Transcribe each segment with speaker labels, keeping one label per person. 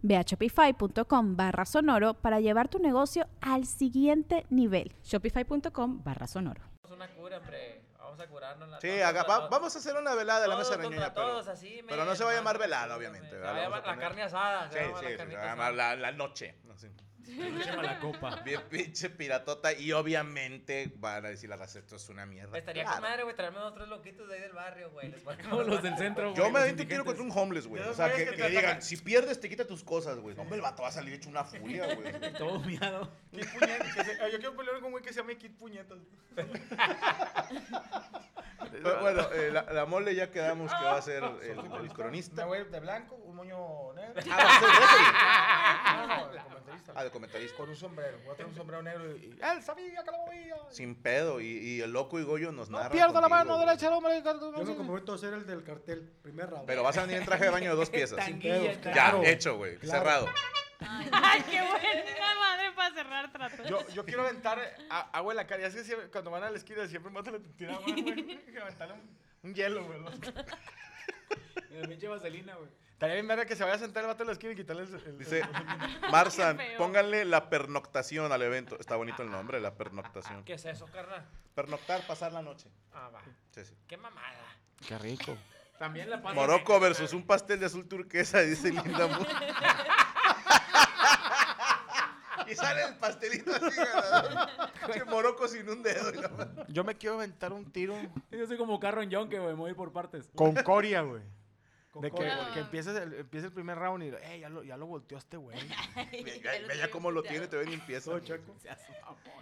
Speaker 1: Ve a shopify.com barra sonoro para llevar tu negocio al siguiente nivel.
Speaker 2: Shopify.com barra sonoro.
Speaker 3: Una cura, hombre. Vamos a curarnos. La,
Speaker 4: Sí,
Speaker 3: todos
Speaker 4: haga-
Speaker 3: contra
Speaker 4: va-
Speaker 3: todos.
Speaker 4: vamos a hacer una velada de la
Speaker 3: Todos
Speaker 4: mesa de
Speaker 3: contra
Speaker 4: reñoña, pero,
Speaker 3: todos, así, men,
Speaker 4: pero no se va a llamar
Speaker 3: hermano.
Speaker 4: velada, obviamente.
Speaker 3: Se
Speaker 4: ¿verdad?
Speaker 3: va a
Speaker 4: Vamos
Speaker 3: llamar la
Speaker 4: poner-
Speaker 3: carne asada.
Speaker 4: Sí,
Speaker 3: se va a llamar
Speaker 4: sí,
Speaker 3: la
Speaker 4: sí, se
Speaker 3: carnita
Speaker 4: va a
Speaker 3: asada.
Speaker 4: llamar la, la noche. así. Bien pinche piratota y obviamente van a decir la raza, esto es una mierda.
Speaker 3: Estaría
Speaker 4: Claro.
Speaker 3: con madre, güey, traerme unos tres loquitos de ahí del barrio, güey. Les ponemos
Speaker 5: Como los
Speaker 3: la-
Speaker 5: del centro,
Speaker 4: Yo
Speaker 5: güey,
Speaker 4: me
Speaker 5: los
Speaker 4: doy un tiro
Speaker 5: indigentes.
Speaker 4: contra un homeless, güey.
Speaker 3: Yo
Speaker 4: O sea,
Speaker 3: creo
Speaker 4: que,
Speaker 3: que
Speaker 4: que
Speaker 3: te
Speaker 4: le digan,
Speaker 3: atacan.
Speaker 4: si pierdes, te quita tus cosas, güey. Hombre, el vato va a salir hecho una furia, güey.
Speaker 5: Todo miado.
Speaker 6: Kid Puñetas. que se- ah, Yo quiero pelear con un güey que se llame Kid Puñetas.
Speaker 4: Pero bueno, eh, la, la mole ya quedamos que va a ser el, el
Speaker 6: Una
Speaker 4: cronista.
Speaker 6: güey de blanco, un moño negro.
Speaker 4: Ah, va a ser el referee.
Speaker 6: Ah, no, el comentarista.
Speaker 4: Ah, de comentarista.
Speaker 6: Con un sombrero. Voy a traer un sombrero negro y. y- ¡Él sabía que lo movía!
Speaker 4: Sin pedo. Y, y el loco y Goyo nos narra.
Speaker 6: ¡No pierda la
Speaker 4: contigo,
Speaker 6: mano
Speaker 4: güey.
Speaker 6: derecha del hombre!
Speaker 7: Yo me comprometo a ser el del cartel, primer round.
Speaker 4: Pero vas a venir en traje de baño de dos piezas.
Speaker 5: Tan-
Speaker 7: Pedos,
Speaker 5: Ya,
Speaker 4: Ya, hecho, güey.
Speaker 7: Claro.
Speaker 4: Cerrado.
Speaker 8: Ay, qué buena madre para cerrar trato.
Speaker 6: Yo, yo quiero aventar a- agua en la cara. Ya es que siempre- cuando van a la esquina siempre matan la tintina, güey. güey. Aventarle un, un hielo, güey. ¿no? Estaría
Speaker 5: Y la pinche vaselina, güey.
Speaker 6: bien verga que se vaya a sentar el vato en la esquina y quitarle el. el-
Speaker 4: Dice, Marzan,
Speaker 8: Qué feo.
Speaker 4: pónganle la pernoctación al evento. Está bonito el nombre, la pernoctación.
Speaker 3: ¿Qué es eso, carnal?
Speaker 4: Pernoctar, pasar la noche.
Speaker 3: Ah, va.
Speaker 4: Sí, sí.
Speaker 3: Qué mamada.
Speaker 5: Qué rico. También la pasa.
Speaker 4: Morocco versus un pastel de azul turquesa, dice Linda Moon. y sale el pastelito así, ganador. Che, Morocco sin un dedo. y la madre.
Speaker 6: Yo me quiero aventar un tiro
Speaker 5: Yo soy como carro en yonke, güey. Me voy por partes.
Speaker 6: con Coria, güey. De que,
Speaker 7: Coria,
Speaker 8: güey.
Speaker 6: que empieza, el, empieza el primer round y "Ey, ya lo, ya lo volteó este güey.
Speaker 4: Ve- ve- Ve ya cómo lo tiene, te ve limpieza.
Speaker 7: Todo chaco.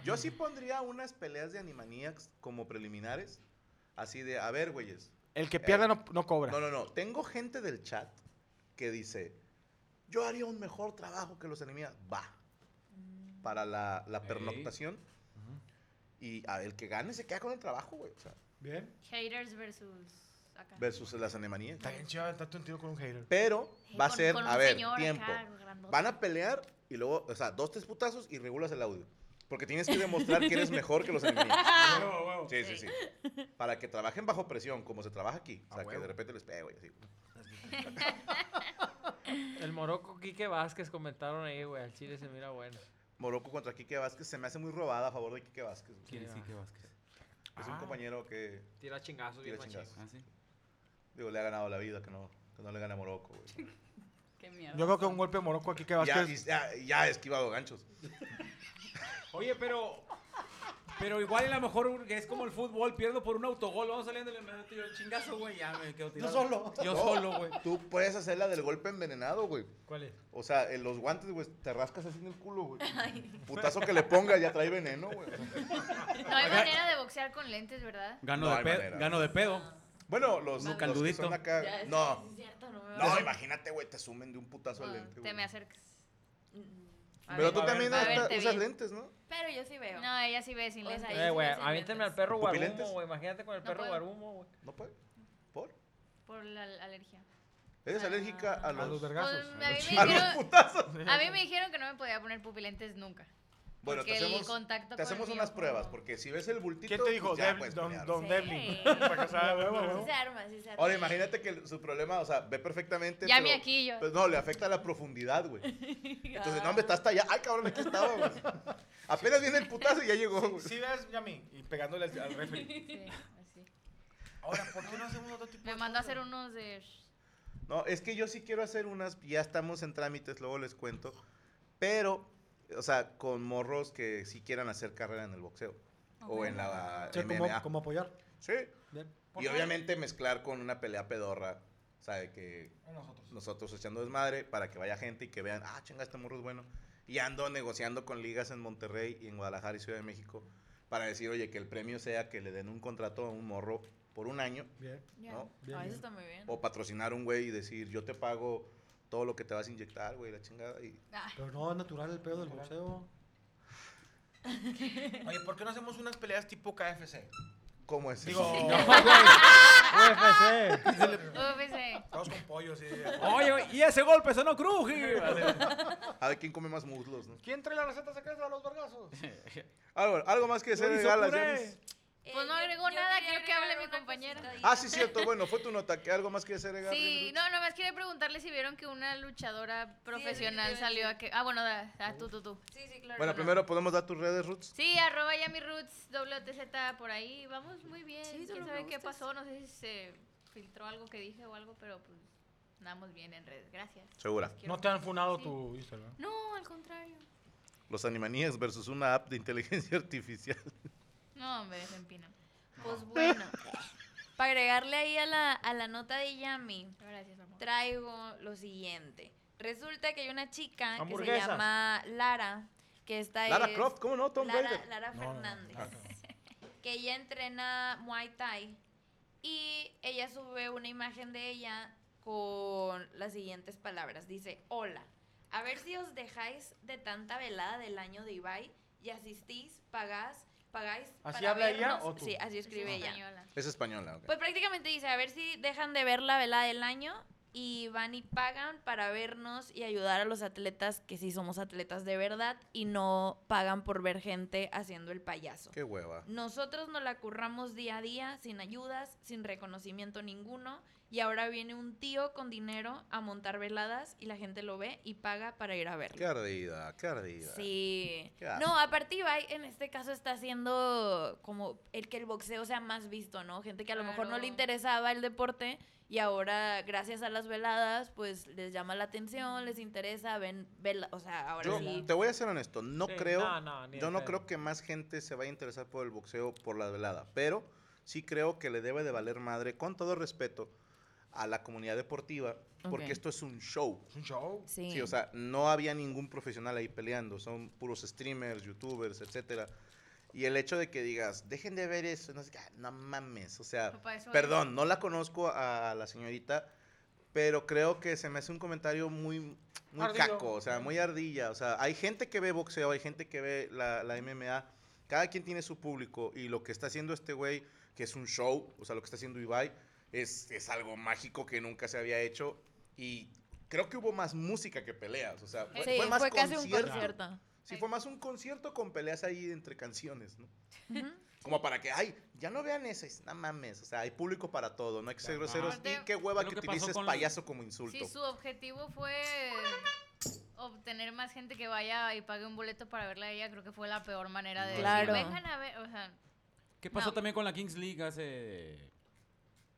Speaker 4: Yo sí pondría unas peleas de Animaniacs como preliminares. Así de, a ver, güeyes,
Speaker 6: El que pierda no, no cobra.
Speaker 4: No, no, no. Tengo gente del chat que dice, yo haría un mejor trabajo que los enemigos. Va. Para la, la
Speaker 5: Ey.
Speaker 4: pernoctación. Y a el que gane se queda con el trabajo, güey. o sea,
Speaker 7: Bien.
Speaker 8: Haters versus acá.
Speaker 4: versus las anemanías.
Speaker 6: Está bien chido aventarte un tiro con un hater.
Speaker 4: Pero va a
Speaker 8: Eh, Con-
Speaker 4: ser,
Speaker 8: con un
Speaker 4: a ver,
Speaker 8: señor acá,
Speaker 4: tiempo.
Speaker 8: grandote.
Speaker 4: Van a pelear y luego, o sea, dos, tres putazos y regulas el audio. Porque tienes que demostrar que eres mejor que los enemigos.
Speaker 5: Huevo, huevo.
Speaker 4: Sí, sí, sí. Para que trabajen bajo presión, como se trabaja aquí. O
Speaker 6: A
Speaker 4: sea, que
Speaker 6: huevo.
Speaker 4: de repente les pego y así.
Speaker 3: El Morocco Quique Vázquez comentaron ahí, güey. Al chile se mira bueno.
Speaker 4: Morocco contra Quique Vázquez se me hace muy robada a favor de Quique Vázquez. güey.
Speaker 5: ¿Quién es Quique Vázquez?
Speaker 4: Es un compañero que,
Speaker 3: Tira chingazos
Speaker 4: Tira
Speaker 3: bien machín.
Speaker 4: chingazos.
Speaker 5: Ah, sí.
Speaker 4: digo, le ha ganado la vida, que no, que no le gana a Morocco, güey.
Speaker 8: Qué mierda.
Speaker 6: Yo creo que un golpe de Morocco aquí que vas
Speaker 4: Ya,
Speaker 6: que-
Speaker 4: y- ya, ya ha esquivado ganchos.
Speaker 5: Oye, pero. Pero igual a lo mejor es como el fútbol, pierdo por un autogol, vamos saliendo y le meto tiro el chingazo, güey, ya me quedo tirado.
Speaker 7: Yo solo.
Speaker 5: Yo
Speaker 4: No,
Speaker 5: solo, güey.
Speaker 4: Tú puedes hacer la del golpe envenenado, güey.
Speaker 3: ¿Cuál es?
Speaker 4: O sea, en los guantes, güey, te rascas así en el culo, güey. Putazo que le ponga ya trae veneno, güey. O sea,
Speaker 8: No hay manera de boxear con lentes, ¿verdad?
Speaker 5: Gano,
Speaker 4: No
Speaker 5: de,
Speaker 4: hay
Speaker 5: pedo,
Speaker 4: manera.
Speaker 5: gano de pedo.
Speaker 4: Bueno, los,
Speaker 5: Un
Speaker 4: los que
Speaker 5: caldudito.
Speaker 4: son acá... No,
Speaker 8: Cierto, no me va
Speaker 4: no, imagínate, güey, te sumen de un putazo al lente,
Speaker 8: Te
Speaker 4: güey.
Speaker 8: me acercas.
Speaker 4: Pero tú
Speaker 3: A ver,
Speaker 4: también
Speaker 3: a
Speaker 4: hasta
Speaker 8: verte
Speaker 4: usas
Speaker 8: bien.
Speaker 4: lentes, ¿no?
Speaker 9: Pero yo sí veo.
Speaker 8: No, ella sí ve sin
Speaker 9: O sea,
Speaker 8: lentes.
Speaker 9: Ahí
Speaker 3: Eh,
Speaker 9: sí
Speaker 3: güey,
Speaker 9: no se
Speaker 3: avítenme al
Speaker 9: inventas.
Speaker 3: perro
Speaker 4: ¿Pupilentes?
Speaker 3: guarumo, güey. Imagínate con el
Speaker 8: No
Speaker 3: perro
Speaker 8: puedo.
Speaker 3: guarumo, güey.
Speaker 4: ¿No puede? ¿Por?
Speaker 8: Por la al- alergia.
Speaker 4: ¿Eres
Speaker 8: Ah.
Speaker 4: alérgica a
Speaker 6: a los
Speaker 4: los,
Speaker 6: vergazos.
Speaker 8: Pues, a, mí me
Speaker 4: a los
Speaker 8: dijeron,
Speaker 4: putazos?
Speaker 8: a mí me dijeron que no me podía poner pupilentes nunca.
Speaker 4: Bueno, te
Speaker 8: porque el
Speaker 4: hacemos,
Speaker 8: contacto
Speaker 4: te hacemos
Speaker 8: con el
Speaker 4: unas
Speaker 8: miojo-
Speaker 4: pruebas, porque si ves el bultito...
Speaker 6: ¿Quién te dijo?
Speaker 4: pues ya
Speaker 6: Dev-
Speaker 4: puedes
Speaker 6: don
Speaker 4: pelear,
Speaker 6: don
Speaker 8: Sí.
Speaker 6: Devlin.
Speaker 9: Sí se arma, sí se arma.
Speaker 4: Ahora imagínate que el- su problema, o sea, ve perfectamente.
Speaker 8: Ya
Speaker 4: pero-
Speaker 8: me aquí Ah. yo.
Speaker 4: Pues no, le afecta la profundidad, güey. Entonces, no, hombre, está hasta allá. Ay, cabrón, aquí estaba, güey. Apenas viene el putazo y ya llegó, güey.
Speaker 6: Sí, ves, Yami. Y pegándole al, al refri.
Speaker 8: Sí, así.
Speaker 6: Ahora, ¿por qué no hacemos otro tipo
Speaker 8: Me mandó a hacer unos de...
Speaker 4: No, es que yo sí quiero hacer unas, ya estamos en trámites, luego les cuento. Pero, o sea, con morros que sí quieran hacer carrera en el boxeo. o en la
Speaker 7: O sea, como,
Speaker 4: MMA.
Speaker 7: como apoyar.
Speaker 4: Sí.
Speaker 7: Bien.
Speaker 4: Y obviamente mezclar con una pelea pedorra, sabe que
Speaker 6: Nosotros.
Speaker 4: nosotros echando desmadre para que vaya gente y que vean, ah, chinga, este morro es bueno. Y ando negociando con ligas en Monterrey y en Guadalajara y Ciudad de México para decir, oye, que el premio sea que le den un contrato a un morro por un año,
Speaker 7: Bien.
Speaker 9: Ya.
Speaker 4: ¿no? Oh.
Speaker 7: Bien,
Speaker 9: Ah,
Speaker 7: bien.
Speaker 9: eso está muy bien.
Speaker 4: O patrocinar a un güey y decir, yo te pago todo lo que te vas a inyectar, güey, la chingada. Y
Speaker 7: Pero no, es natural el pedo del boxeo.
Speaker 6: Oye, ¿por qué no hacemos unas peleas tipo KFC?
Speaker 4: ¿Cómo es
Speaker 6: Digo,
Speaker 4: eso?
Speaker 7: UFC.
Speaker 9: UFC.
Speaker 6: todos con pollo, sí.
Speaker 5: Oye, y ese golpe sonó cruje.
Speaker 4: A ver quién come más muslos, ¿no?
Speaker 6: ¿Quién trae la receta secreta de los vergazos?
Speaker 4: Algo, algo más que hacer
Speaker 5: hizo
Speaker 4: regalas,
Speaker 5: puré.
Speaker 4: Yanis.
Speaker 9: Pues no agregó nada, quiero que hable mi compañera.
Speaker 4: Ah, sí, cierto. Bueno, fue tu nota. ¿Qué algo más que hacer regalas?
Speaker 8: Sí, no, nomás quería preguntarle si vieron que una luchadora profesional
Speaker 9: iba a
Speaker 8: salió a que. Ah, bueno, da, da, tú, tú, tú.
Speaker 9: Sí, sí, claro.
Speaker 4: Bueno,
Speaker 9: no.
Speaker 4: primero podemos dar tus redes, Roots.
Speaker 8: Sí, arroba yamiroots, WTZ, por ahí. Vamos muy bien.
Speaker 9: Sí,
Speaker 8: ¿Quién
Speaker 9: solo
Speaker 8: sabe
Speaker 9: me
Speaker 8: qué
Speaker 9: gustas.
Speaker 8: pasó? No sé si se filtró algo que dije o algo, pero pues andamos bien en redes. Gracias.
Speaker 4: Segura.
Speaker 8: Quiero-
Speaker 6: No te han funado
Speaker 8: Sí.
Speaker 6: tu Instagram.
Speaker 8: No, al contrario.
Speaker 4: Los Animaniacs versus una app de inteligencia artificial.
Speaker 8: No, hombre, se empina.
Speaker 9: Pues bueno. Para agregarle ahí a la, a la nota de Yami,
Speaker 8: Gracias, amor.
Speaker 9: traigo lo siguiente. Resulta que hay una chica que se
Speaker 6: Hamburguesas.
Speaker 9: llama Lara, que está
Speaker 4: Lara Croft, ¿cómo no? Ah, Tom
Speaker 9: Lara,
Speaker 4: Raider.
Speaker 9: Lara Fernández. Que ella entrena Muay Thai. Y ella sube una imagen de ella con las siguientes palabras. Dice, hola, a ver si os dejáis de tanta velada del año de Ibai y asistís, pagás, pagáis.
Speaker 6: ¿Así
Speaker 9: para
Speaker 6: habla ella
Speaker 9: vernos".
Speaker 6: o tú?
Speaker 9: Sí, así escribe ella.
Speaker 8: Española.
Speaker 4: Es española, ok.
Speaker 9: Pues prácticamente dice, a ver si dejan de ver la velada del año y van y pagan para vernos y ayudar a los atletas que sí somos atletas de verdad y no pagan por ver gente haciendo el payaso.
Speaker 4: Qué hueva.
Speaker 9: Nosotros nos la curramos día a día, sin ayudas, sin reconocimiento ninguno, y ahora viene un tío con dinero a montar veladas y la gente lo ve y paga para ir a
Speaker 4: Qué
Speaker 9: verlo.
Speaker 4: ardida, qué ardida.
Speaker 9: Sí.
Speaker 4: Qué asco.
Speaker 9: No, aparte Ibai en este caso está haciendo como el que el boxeo sea más visto, ¿no? Gente que a lo mejor no
Speaker 8: Claro.
Speaker 9: le interesaba el deporte y ahora gracias a las veladas pues les llama la atención, les interesa, ven, vela- o sea, ahora
Speaker 4: Yo
Speaker 9: sí.
Speaker 4: te voy a ser honesto, no
Speaker 3: Sí,
Speaker 4: creo,
Speaker 3: no, no, ni
Speaker 4: yo
Speaker 3: de
Speaker 4: no
Speaker 3: pedo.
Speaker 4: creo que más gente se vaya a interesar por el boxeo por la velada, pero sí creo que le debe de valer madre, con todo respeto, a la comunidad deportiva, porque
Speaker 9: Ok.
Speaker 4: esto es un show.
Speaker 6: Es un show.
Speaker 9: Sí.
Speaker 4: Sí. o sea, no había ningún profesional ahí peleando, son puros streamers, youtubers, etcétera. Y el hecho de que digas, dejen de ver eso, no, sé qué, ah, no mames, o sea,
Speaker 8: Papá, eso es-
Speaker 4: perdón, no la conozco a la señorita, pero creo que se me hace un comentario muy, muy
Speaker 6: Ardido.
Speaker 4: caco, o sea, muy ardilla, o sea, hay gente que ve boxeo, hay gente que ve la, la MMA, cada quien tiene su público y lo que está haciendo este güey, que es un show, o sea, lo que está haciendo Ibai, es, es algo mágico que nunca se había hecho y creo que hubo más música que peleas, o sea, fue,
Speaker 9: Sí,
Speaker 4: fue más
Speaker 9: fue casi
Speaker 4: concierto.
Speaker 9: un concierto.
Speaker 4: Sí, fue más un concierto con peleas ahí entre canciones, ¿no? Como para que, ay, ya no vean eso, es, no mames, o sea, hay público para todo, no hay que ser groseros y
Speaker 8: Aparte,
Speaker 4: qué hueva
Speaker 3: es lo
Speaker 4: que
Speaker 3: que pasó
Speaker 4: utilices
Speaker 3: con la-
Speaker 4: payaso como insulto.
Speaker 8: Si su objetivo fue obtener más gente que vaya y pague un boleto para verla a ella, creo que fue la peor manera de decir,
Speaker 9: Claro.
Speaker 8: vengan a ver, o sea,
Speaker 5: ¿Qué pasó
Speaker 8: No.
Speaker 5: también con la Kings League hace...?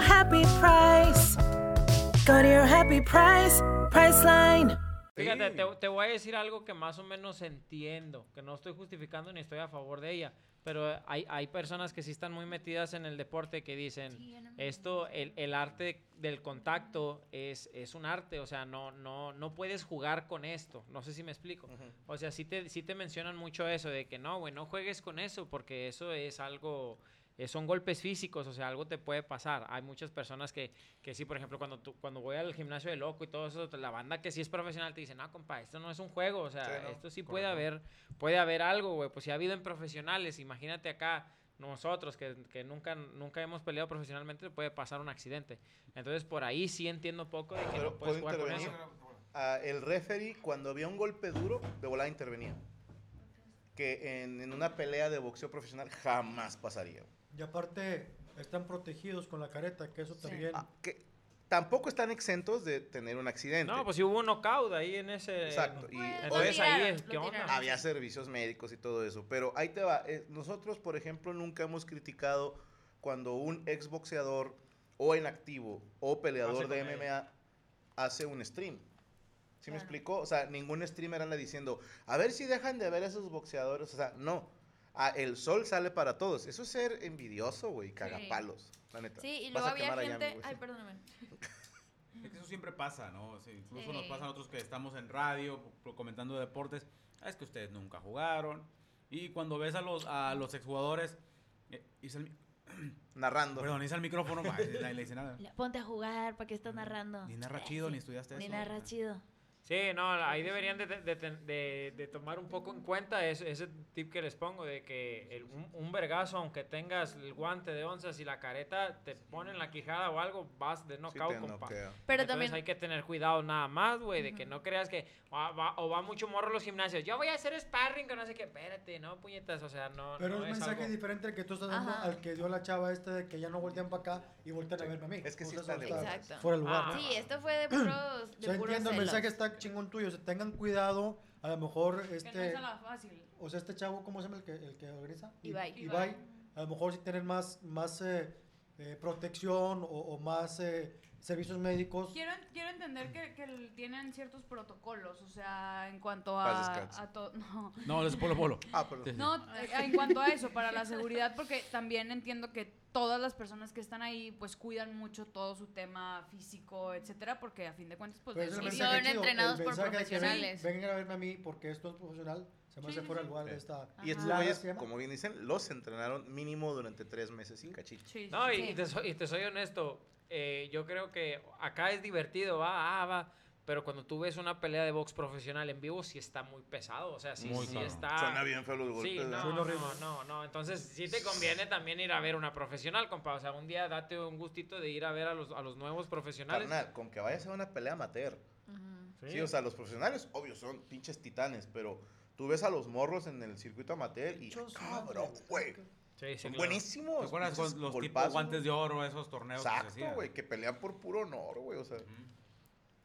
Speaker 10: happy price. Go to your happy price, Priceline.
Speaker 3: Fíjate, te, te voy a decir algo que más o menos entiendo, que no estoy justificando ni estoy a favor de ella, pero eh, hay, hay personas que sí están muy metidas en el deporte que dicen, esto, el, el arte del contacto es, es un arte, o sea, no, no, no puedes jugar con esto, no sé si me explico. O sea, sí te, sí te mencionan mucho eso, de que no, güey, no juegues con eso, porque eso es algo... eh, Son golpes físicos, o sea, algo te puede pasar. Hay muchas personas que, que sí, por ejemplo, cuando, tú- cuando voy al gimnasio de loco y todo eso, la banda que sí es profesional te dice, no, compa, esto no es un juego, o sea,
Speaker 4: Sí, ¿no?
Speaker 3: esto sí puede haber, puede haber algo, güey. Pues si ha habido en profesionales, imagínate acá nosotros que, que nunca, nunca hemos peleado profesionalmente, puede pasar un accidente. Entonces, por ahí sí entiendo poco de que
Speaker 4: Pero
Speaker 3: no puedes
Speaker 4: puede
Speaker 3: jugar con
Speaker 4: intervenir.
Speaker 3: eso.
Speaker 4: Ah, el referee, cuando había un golpe duro, de volada intervenía. que en, en una pelea de boxeo profesional jamás pasaría. güey.
Speaker 7: Y aparte, están protegidos con la careta, que eso también.
Speaker 4: Ah, que tampoco están exentos de tener un accidente.
Speaker 3: No, pues eh, si hubo un knockout ahí en ese.
Speaker 4: Exacto. Y
Speaker 3: Entonces ahí es, ¿qué onda?
Speaker 4: Había servicios médicos y todo eso. Pero ahí te va. eh, nosotros, por ejemplo, nunca hemos criticado cuando un exboxeador o en activo o
Speaker 6: Hace
Speaker 4: peleador de
Speaker 6: comedia.
Speaker 4: MMA hace un stream. ¿Sí me
Speaker 6: Claro.
Speaker 4: explicó? O sea, ningún streamer anda diciendo, a ver si dejan de ver a esos boxeadores. O sea, no. Ah, el sol sale para todos. Eso es ser envidioso, güey. Cagapalos. La neta.
Speaker 9: Sí, y
Speaker 4: Vas
Speaker 9: luego
Speaker 4: a
Speaker 9: había
Speaker 4: quemar a Yami,
Speaker 9: gente.
Speaker 4: güey.
Speaker 9: ay, perdóname.
Speaker 5: Es que eso siempre pasa, ¿no? O sea, incluso nos
Speaker 9: Sí.
Speaker 5: pasa a nosotros que estamos en radio p- comentando deportes. "Ah, Es que ustedes nunca jugaron. Y cuando ves a los, a los exjugadores. eh, hice el mi-
Speaker 4: Narrando.
Speaker 5: Perdón, hice el micrófono. ma, y nadie le dice nada.
Speaker 9: Ponte a jugar, ¿para qué estás narrando?
Speaker 5: Ni narra chido, ni estudiaste eso.
Speaker 9: Ni narra chido.
Speaker 3: Sí, no, ahí deberían de, de- de- de tomar un poco en cuenta ese, ese tip que les pongo de que el- un, un vergazo, aunque tengas el guante de onzas y la careta, te ponen la quijada o algo, vas de knockout,
Speaker 4: te
Speaker 3: compa.
Speaker 4: noquea.
Speaker 9: Pero
Speaker 3: Entonces
Speaker 9: también-
Speaker 3: hay que tener cuidado nada más, güey, de que no creas que va- va- o va mucho morro a los gimnasios. Yo voy a hacer sparring, que no sé qué, espérate, no, puñetas, o sea, no,
Speaker 7: Pero
Speaker 3: no
Speaker 7: es un
Speaker 3: es
Speaker 7: mensaje
Speaker 3: algo...
Speaker 7: diferente al que tú estás dando
Speaker 9: Ajá.
Speaker 7: al que dio la chava esta este de que ya no voltean para acá y voltean a verme a mí. Es que sí está,
Speaker 9: Exacto.
Speaker 7: fuera de lugar. ¿no?
Speaker 9: Sí, esto fue de puros.
Speaker 7: O
Speaker 9: De puros
Speaker 7: sea, entiendo, el
Speaker 9: celos.
Speaker 7: mensaje está chingón tuyo. O sea, tengan cuidado. A lo mejor este.
Speaker 8: fácil.
Speaker 7: O sea, este chavo, ¿cómo se llama el que, el que organiza? I-
Speaker 9: Ibai.
Speaker 7: Ibai. A lo mejor sí tener más, más eh, eh, protección o, o más eh, servicios médicos.
Speaker 11: Quiero, quiero entender que, que el- tienen ciertos protocolos, o sea, en cuanto
Speaker 7: Paz
Speaker 11: a,
Speaker 7: descanse.
Speaker 11: a todo. No.
Speaker 5: No, es Polo Polo.
Speaker 4: Ah, perdón.
Speaker 11: No, eh, en cuanto a eso, para la seguridad, porque también entiendo que todas las personas que están ahí, pues cuidan mucho todo su
Speaker 9: ah,
Speaker 11: tema físico, etcétera, porque a fin de cuentas, pues.
Speaker 7: Pero
Speaker 11: de
Speaker 7: es el
Speaker 11: eso
Speaker 7: mensaje
Speaker 11: viven.
Speaker 7: chido,
Speaker 8: entrenados
Speaker 7: el
Speaker 8: por
Speaker 7: mensaje de que ven-
Speaker 8: profesionales.
Speaker 7: Vengan a verme a mí porque esto es profesional. Se me hace fuera el lugar de esta.
Speaker 4: Y estos
Speaker 7: Lara
Speaker 4: güeyes,
Speaker 7: se llama.
Speaker 4: como bien dicen, los entrenaron mínimo durante tres meses sin cachito.
Speaker 3: No, y, y te soy, y te soy honesto, eh, yo creo que acá es divertido, va, ah, va, pero cuando tú ves una pelea de box profesional en vivo, sí está muy pesado, o sea, sí,
Speaker 4: Muy
Speaker 3: sí
Speaker 4: cabrón.
Speaker 3: está...
Speaker 4: Suena bien feo los
Speaker 3: Ah. Sí,
Speaker 4: golpes, ¿no?
Speaker 3: no,
Speaker 4: Suena
Speaker 3: no,
Speaker 4: horrible.
Speaker 3: no, no, entonces sí te conviene también ir a ver una profesional, compa, o sea, un día date un gustito de ir a ver a los, a los nuevos profesionales.
Speaker 4: Carnal, con que vayas a una pelea amateur. Sí. o sea, los profesionales, obvio, son pinches titanes, pero tú ves a los morros en el circuito amateur y, "Ah, cabrón, güey. son buenísimos.
Speaker 5: ¿Te acuerdas
Speaker 4: pinches
Speaker 5: con los
Speaker 4: golpazos.
Speaker 5: tipos guantes de oro, esos torneos que se
Speaker 4: Exacto,
Speaker 5: hacían?
Speaker 4: güey, que pelean por puro honor, güey, o sea.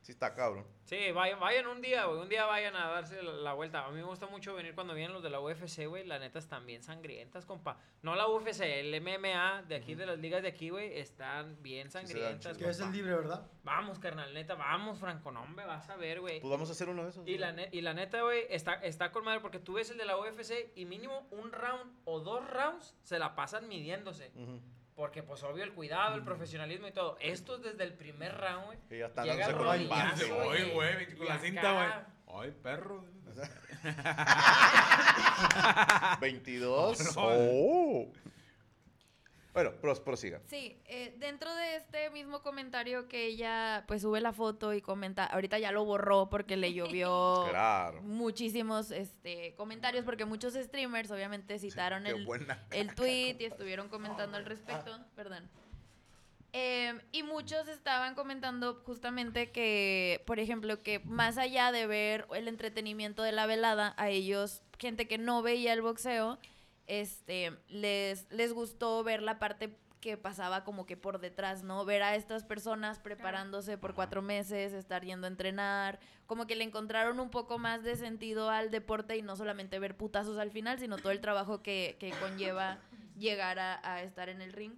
Speaker 4: Sí está cabrón.
Speaker 3: Sí, vayan, vayan un día, güey. Un día vayan a darse la, la vuelta. A mí me gusta mucho venir cuando vienen los de la UFC, güey. La neta están bien sangrientas, compa. No la UFC, el MMA de aquí, de las ligas de aquí, güey, están bien sangrientas.
Speaker 7: Que es el
Speaker 3: compa.
Speaker 7: libre, ¿verdad?
Speaker 3: Vamos, carnal, neta, vamos, Franco, no, hombre, vas a ver, güey.
Speaker 4: Pues vamos a hacer uno de esos.
Speaker 3: Y la, ne- y la neta, güey, está, está con madre porque tú ves el de la UFC y mínimo un round o dos rounds se la pasan midiéndose.
Speaker 4: Ujú.
Speaker 3: Porque, pues, obvio, el cuidado, el profesionalismo y todo. Estos desde el primer round, güey.
Speaker 4: Que ya están
Speaker 3: llega
Speaker 4: dándose
Speaker 3: el
Speaker 4: con las
Speaker 3: rodillazo,
Speaker 4: bases.
Speaker 5: Ay, güey, con
Speaker 3: y
Speaker 5: la
Speaker 3: acá-
Speaker 5: cinta, güey. Ay, perro.
Speaker 4: 22.
Speaker 5: No,
Speaker 4: Oh. Bueno, pros, prosiga.
Speaker 9: Sí, eh, dentro de este mismo comentario que ella pues sube la foto y comenta, ahorita ya lo borró porque le llovió
Speaker 4: Claro.
Speaker 9: muchísimos este, comentarios porque muchos streamers obviamente citaron
Speaker 4: qué
Speaker 9: el,
Speaker 4: buena
Speaker 9: el tweet y estuvieron comentando al respecto, perdón. Em, y muchos estaban comentando justamente que, por ejemplo, que más allá de ver el entretenimiento de la velada, a ellos, gente que no veía el boxeo, este, les, les gustó ver la parte que pasaba como que por detrás, ¿no? Ver a estas personas preparándose por cuatro meses, estar yendo a entrenar, como que le encontraron un poco más de sentido al deporte y no solamente ver putazos al final, sino todo el trabajo que, que conlleva llegar a, a estar en el ring.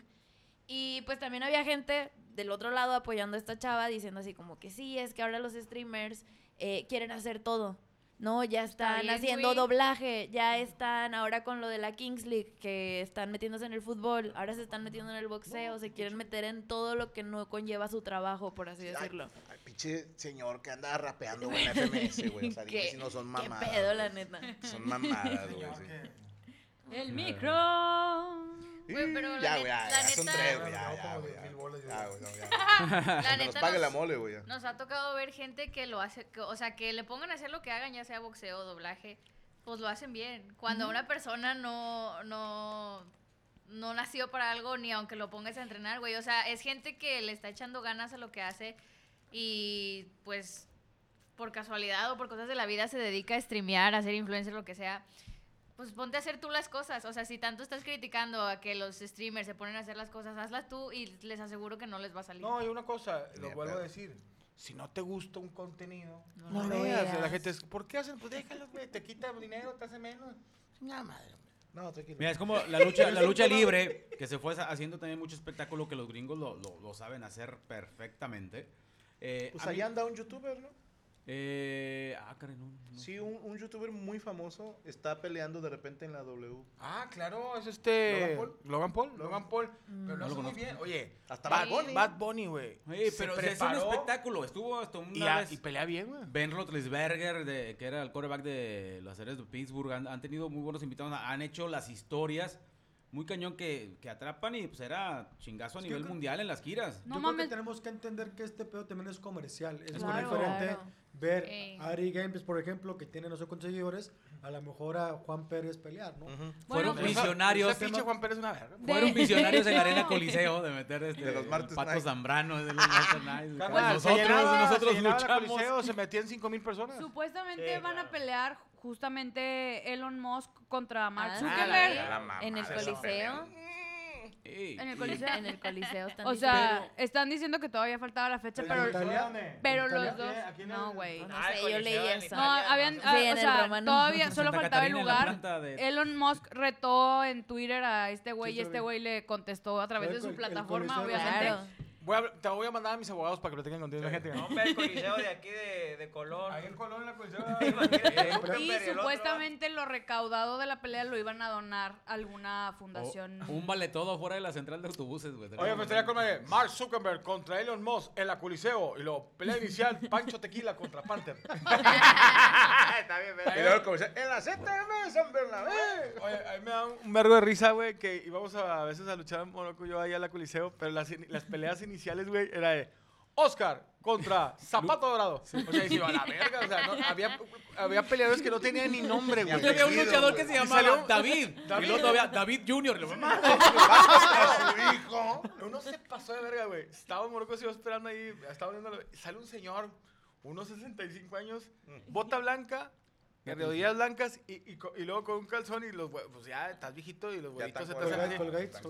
Speaker 9: Y pues también había gente del otro lado apoyando a esta chava, diciendo así como que sí, es que ahora los streamers eh, quieren hacer todo. No, ya están
Speaker 8: bien,
Speaker 9: haciendo
Speaker 8: güey.
Speaker 9: doblaje, ya están ahora con lo de la Kings League, que están metiéndose en el fútbol, ahora se están metiendo en el boxeo, se quieren meter en todo lo que no conlleva su trabajo, por así decirlo.
Speaker 4: Ay, pinche señor que anda rapeando, güey, en la FMS, güey. O sea, dime
Speaker 9: ¿Qué-
Speaker 4: si no son
Speaker 9: qué
Speaker 4: mamadas.
Speaker 9: pedo,
Speaker 4: güey.
Speaker 9: la neta?
Speaker 4: Son mamadas, güey. sí.
Speaker 11: El
Speaker 4: micro.
Speaker 8: Güey, pero la
Speaker 4: ya,
Speaker 8: net-
Speaker 4: güey, ya,
Speaker 8: la
Speaker 4: ya son
Speaker 8: neta-
Speaker 4: tres, güey. Ya, ya, güey. Ya, Ya, güey, no, ya.
Speaker 8: La
Speaker 4: Que nos
Speaker 8: neta
Speaker 4: pague
Speaker 8: nos-
Speaker 4: la mole, güey. ya.
Speaker 8: Nos ha tocado ver gente que lo hace, que- o sea, que le pongan a hacer lo que hagan, ya sea boxeo, doblaje, pues lo hacen bien. Cuando
Speaker 9: Ujú.
Speaker 8: una persona no, no, no nació para algo, ni aunque lo pongas a entrenar, güey, o sea, es gente que le está echando ganas a lo que hace y pues por casualidad o por cosas de la vida se dedica a streamear, a ser influencer, lo que sea. Pues ponte a hacer tú las cosas. O sea, si tanto estás criticando a que los streamers se ponen a hacer las cosas, hazlas tú y les aseguro que no les va a salir.
Speaker 6: No, hay una cosa, lo
Speaker 8: de
Speaker 6: vuelvo a
Speaker 8: acuerdo.
Speaker 6: decir. Si no te gusta un contenido,
Speaker 8: No
Speaker 6: no,
Speaker 8: lo
Speaker 6: lo veas.
Speaker 8: veas.
Speaker 6: La gente es, ¿por qué hacen? Pues déjalo, güey, te quita dinero, te hace menos. Nada, madre. hombre. No, tranquilo.
Speaker 12: Mira, es como la lucha, la lucha libre, que se fue sa- haciendo también mucho espectáculo, que los gringos lo, lo- lo saben hacer perfectamente. Eh,
Speaker 4: Pues
Speaker 12: a mí-
Speaker 4: allá anda un youtuber, ¿no?
Speaker 12: eh, ah, caray, no, no.
Speaker 4: Sí, un, un youtuber muy famoso está peleando de repente en la W.
Speaker 6: Ah, claro, es este.
Speaker 4: ¿Logan
Speaker 6: Logan Paul. Logan Paul. Pero lo
Speaker 4: No lo
Speaker 6: hace muy
Speaker 4: conozco.
Speaker 6: bien. Oye,
Speaker 4: Hasta
Speaker 6: Bad
Speaker 4: Bad Bunny.
Speaker 6: Bad Bunny, güey.
Speaker 12: Oye,
Speaker 6: Se
Speaker 12: pero se hace un
Speaker 6: preparó.
Speaker 12: espectáculo. Estuvo hasta una
Speaker 6: Y a-
Speaker 12: vez.
Speaker 6: y pelea bien, güey.
Speaker 12: Ben Roethlisberger, de- que era el quarterback de los Aires de Pittsburgh, han, han tenido muy buenos invitados. Han hecho las historias muy cañón que, que atrapan y pues era chingazo a
Speaker 7: Es que yo
Speaker 12: nivel
Speaker 7: creo-
Speaker 12: mundial en las giras.
Speaker 7: Yo creo que tenemos que entender que este pedo también es comercial. Es muy
Speaker 12: Claro.
Speaker 7: diferente
Speaker 12: Claro.
Speaker 7: ver
Speaker 12: Ey.
Speaker 7: a Ari Gameplays, por ejemplo, que tiene no sé cuántos seguidores, a lo mejor a Juan Pérez pelear, ¿no?
Speaker 12: Fueron Bueno, pues, visionarios. esa pinche Juan
Speaker 6: Pérez es una verga.
Speaker 12: Fueron visionarios en la arena
Speaker 7: No.
Speaker 12: Coliseo de meter este,
Speaker 4: De los martes
Speaker 12: Pato
Speaker 4: night.
Speaker 12: Zambrano, de los martes night.
Speaker 6: Carnal, Ah, se
Speaker 12: Pues nosotros
Speaker 6: llenaba-
Speaker 12: nosotros
Speaker 6: se llenaba el
Speaker 12: luchamos.
Speaker 6: Coliseo, se metían 5 mil personas.
Speaker 11: Supuestamente
Speaker 6: Sí,
Speaker 11: van a pelear justamente Elon Musk contra Mark
Speaker 6: Ah,
Speaker 11: Zuckerberg.
Speaker 6: la- la mamá,
Speaker 9: En el
Speaker 6: esa pelea.
Speaker 9: coliseo.
Speaker 12: En
Speaker 11: el Coliseo.
Speaker 9: En el coliseo están
Speaker 11: O sea, están diciendo que todavía faltaba la fecha,
Speaker 9: ¿Pero en
Speaker 11: pero,
Speaker 9: Italia? ¿Dónde?
Speaker 11: pero
Speaker 9: ¿En
Speaker 11: los
Speaker 9: Italia?
Speaker 11: dos.
Speaker 9: ¿Aquí? ¿Aquí en
Speaker 11: no,
Speaker 9: el-
Speaker 11: güey.
Speaker 9: No Ah, sé, el yo coliseo leí en eso.
Speaker 11: No,
Speaker 9: Italia, no
Speaker 11: habían,
Speaker 9: sé.
Speaker 11: ah,
Speaker 9: Sí, en
Speaker 11: o
Speaker 9: el
Speaker 11: sea,
Speaker 9: romano.
Speaker 11: todavía
Speaker 9: En
Speaker 11: solo
Speaker 9: Santa
Speaker 11: faltaba el
Speaker 9: Catarina, en la
Speaker 11: lugar.
Speaker 9: planta de-
Speaker 11: Elon Musk retó en Twitter a este güey
Speaker 6: Sí,
Speaker 11: y
Speaker 6: sí,
Speaker 11: este
Speaker 6: vi.
Speaker 11: güey le contestó a través de su plataforma,
Speaker 6: Claro.
Speaker 11: obviamente.
Speaker 6: Voy a- te voy a mandar a mis abogados para que platiquen contigo. Imagínate.
Speaker 5: Hombre, el coliseo de aquí de, de Colón. Ahí
Speaker 6: en Colón, la coliseo.
Speaker 11: Y supuestamente lo recaudado de la pelea lo iban a donar a alguna fundación.
Speaker 12: oh, Un vale todo fuera de la central de autobuses, güey.
Speaker 6: Oye, pues estaría con madre, Mark Zuckerberg contra Elon Musk en la Coliseo. Y luego, pelea inicial, Pancho Tequila contra Panther. Está bien,
Speaker 4: Y luego el comercial, en la ZM de San Bernabé.
Speaker 6: Oye, a mí me da un vergo de risa, güey, que íbamos a, a veces a luchar en Monaco y yo ahí a la Coliseo, pero las, in- las peleas iniciales, güey, era de Oscar contra Zapato Dorado. O sea, y se iba a la verga, o sea, no, había, había peleadores que no tenían ni nombre,
Speaker 12: Yo
Speaker 6: güey.
Speaker 12: había un luchador que se
Speaker 6: Y
Speaker 12: llamaba
Speaker 6: salió-
Speaker 12: David. Y luego todavía David Junior.
Speaker 6: hijo. Uno se pasó de verga, güey. Estaba Morocco, se iba esperando ahí, estaba viéndolo. y Sale un señor, unos 65 años, bota blanca, de rodillas blancas y, y co- y luego con un calzón y los hue- pues ya estás viejito y los huevitos se te hacen así.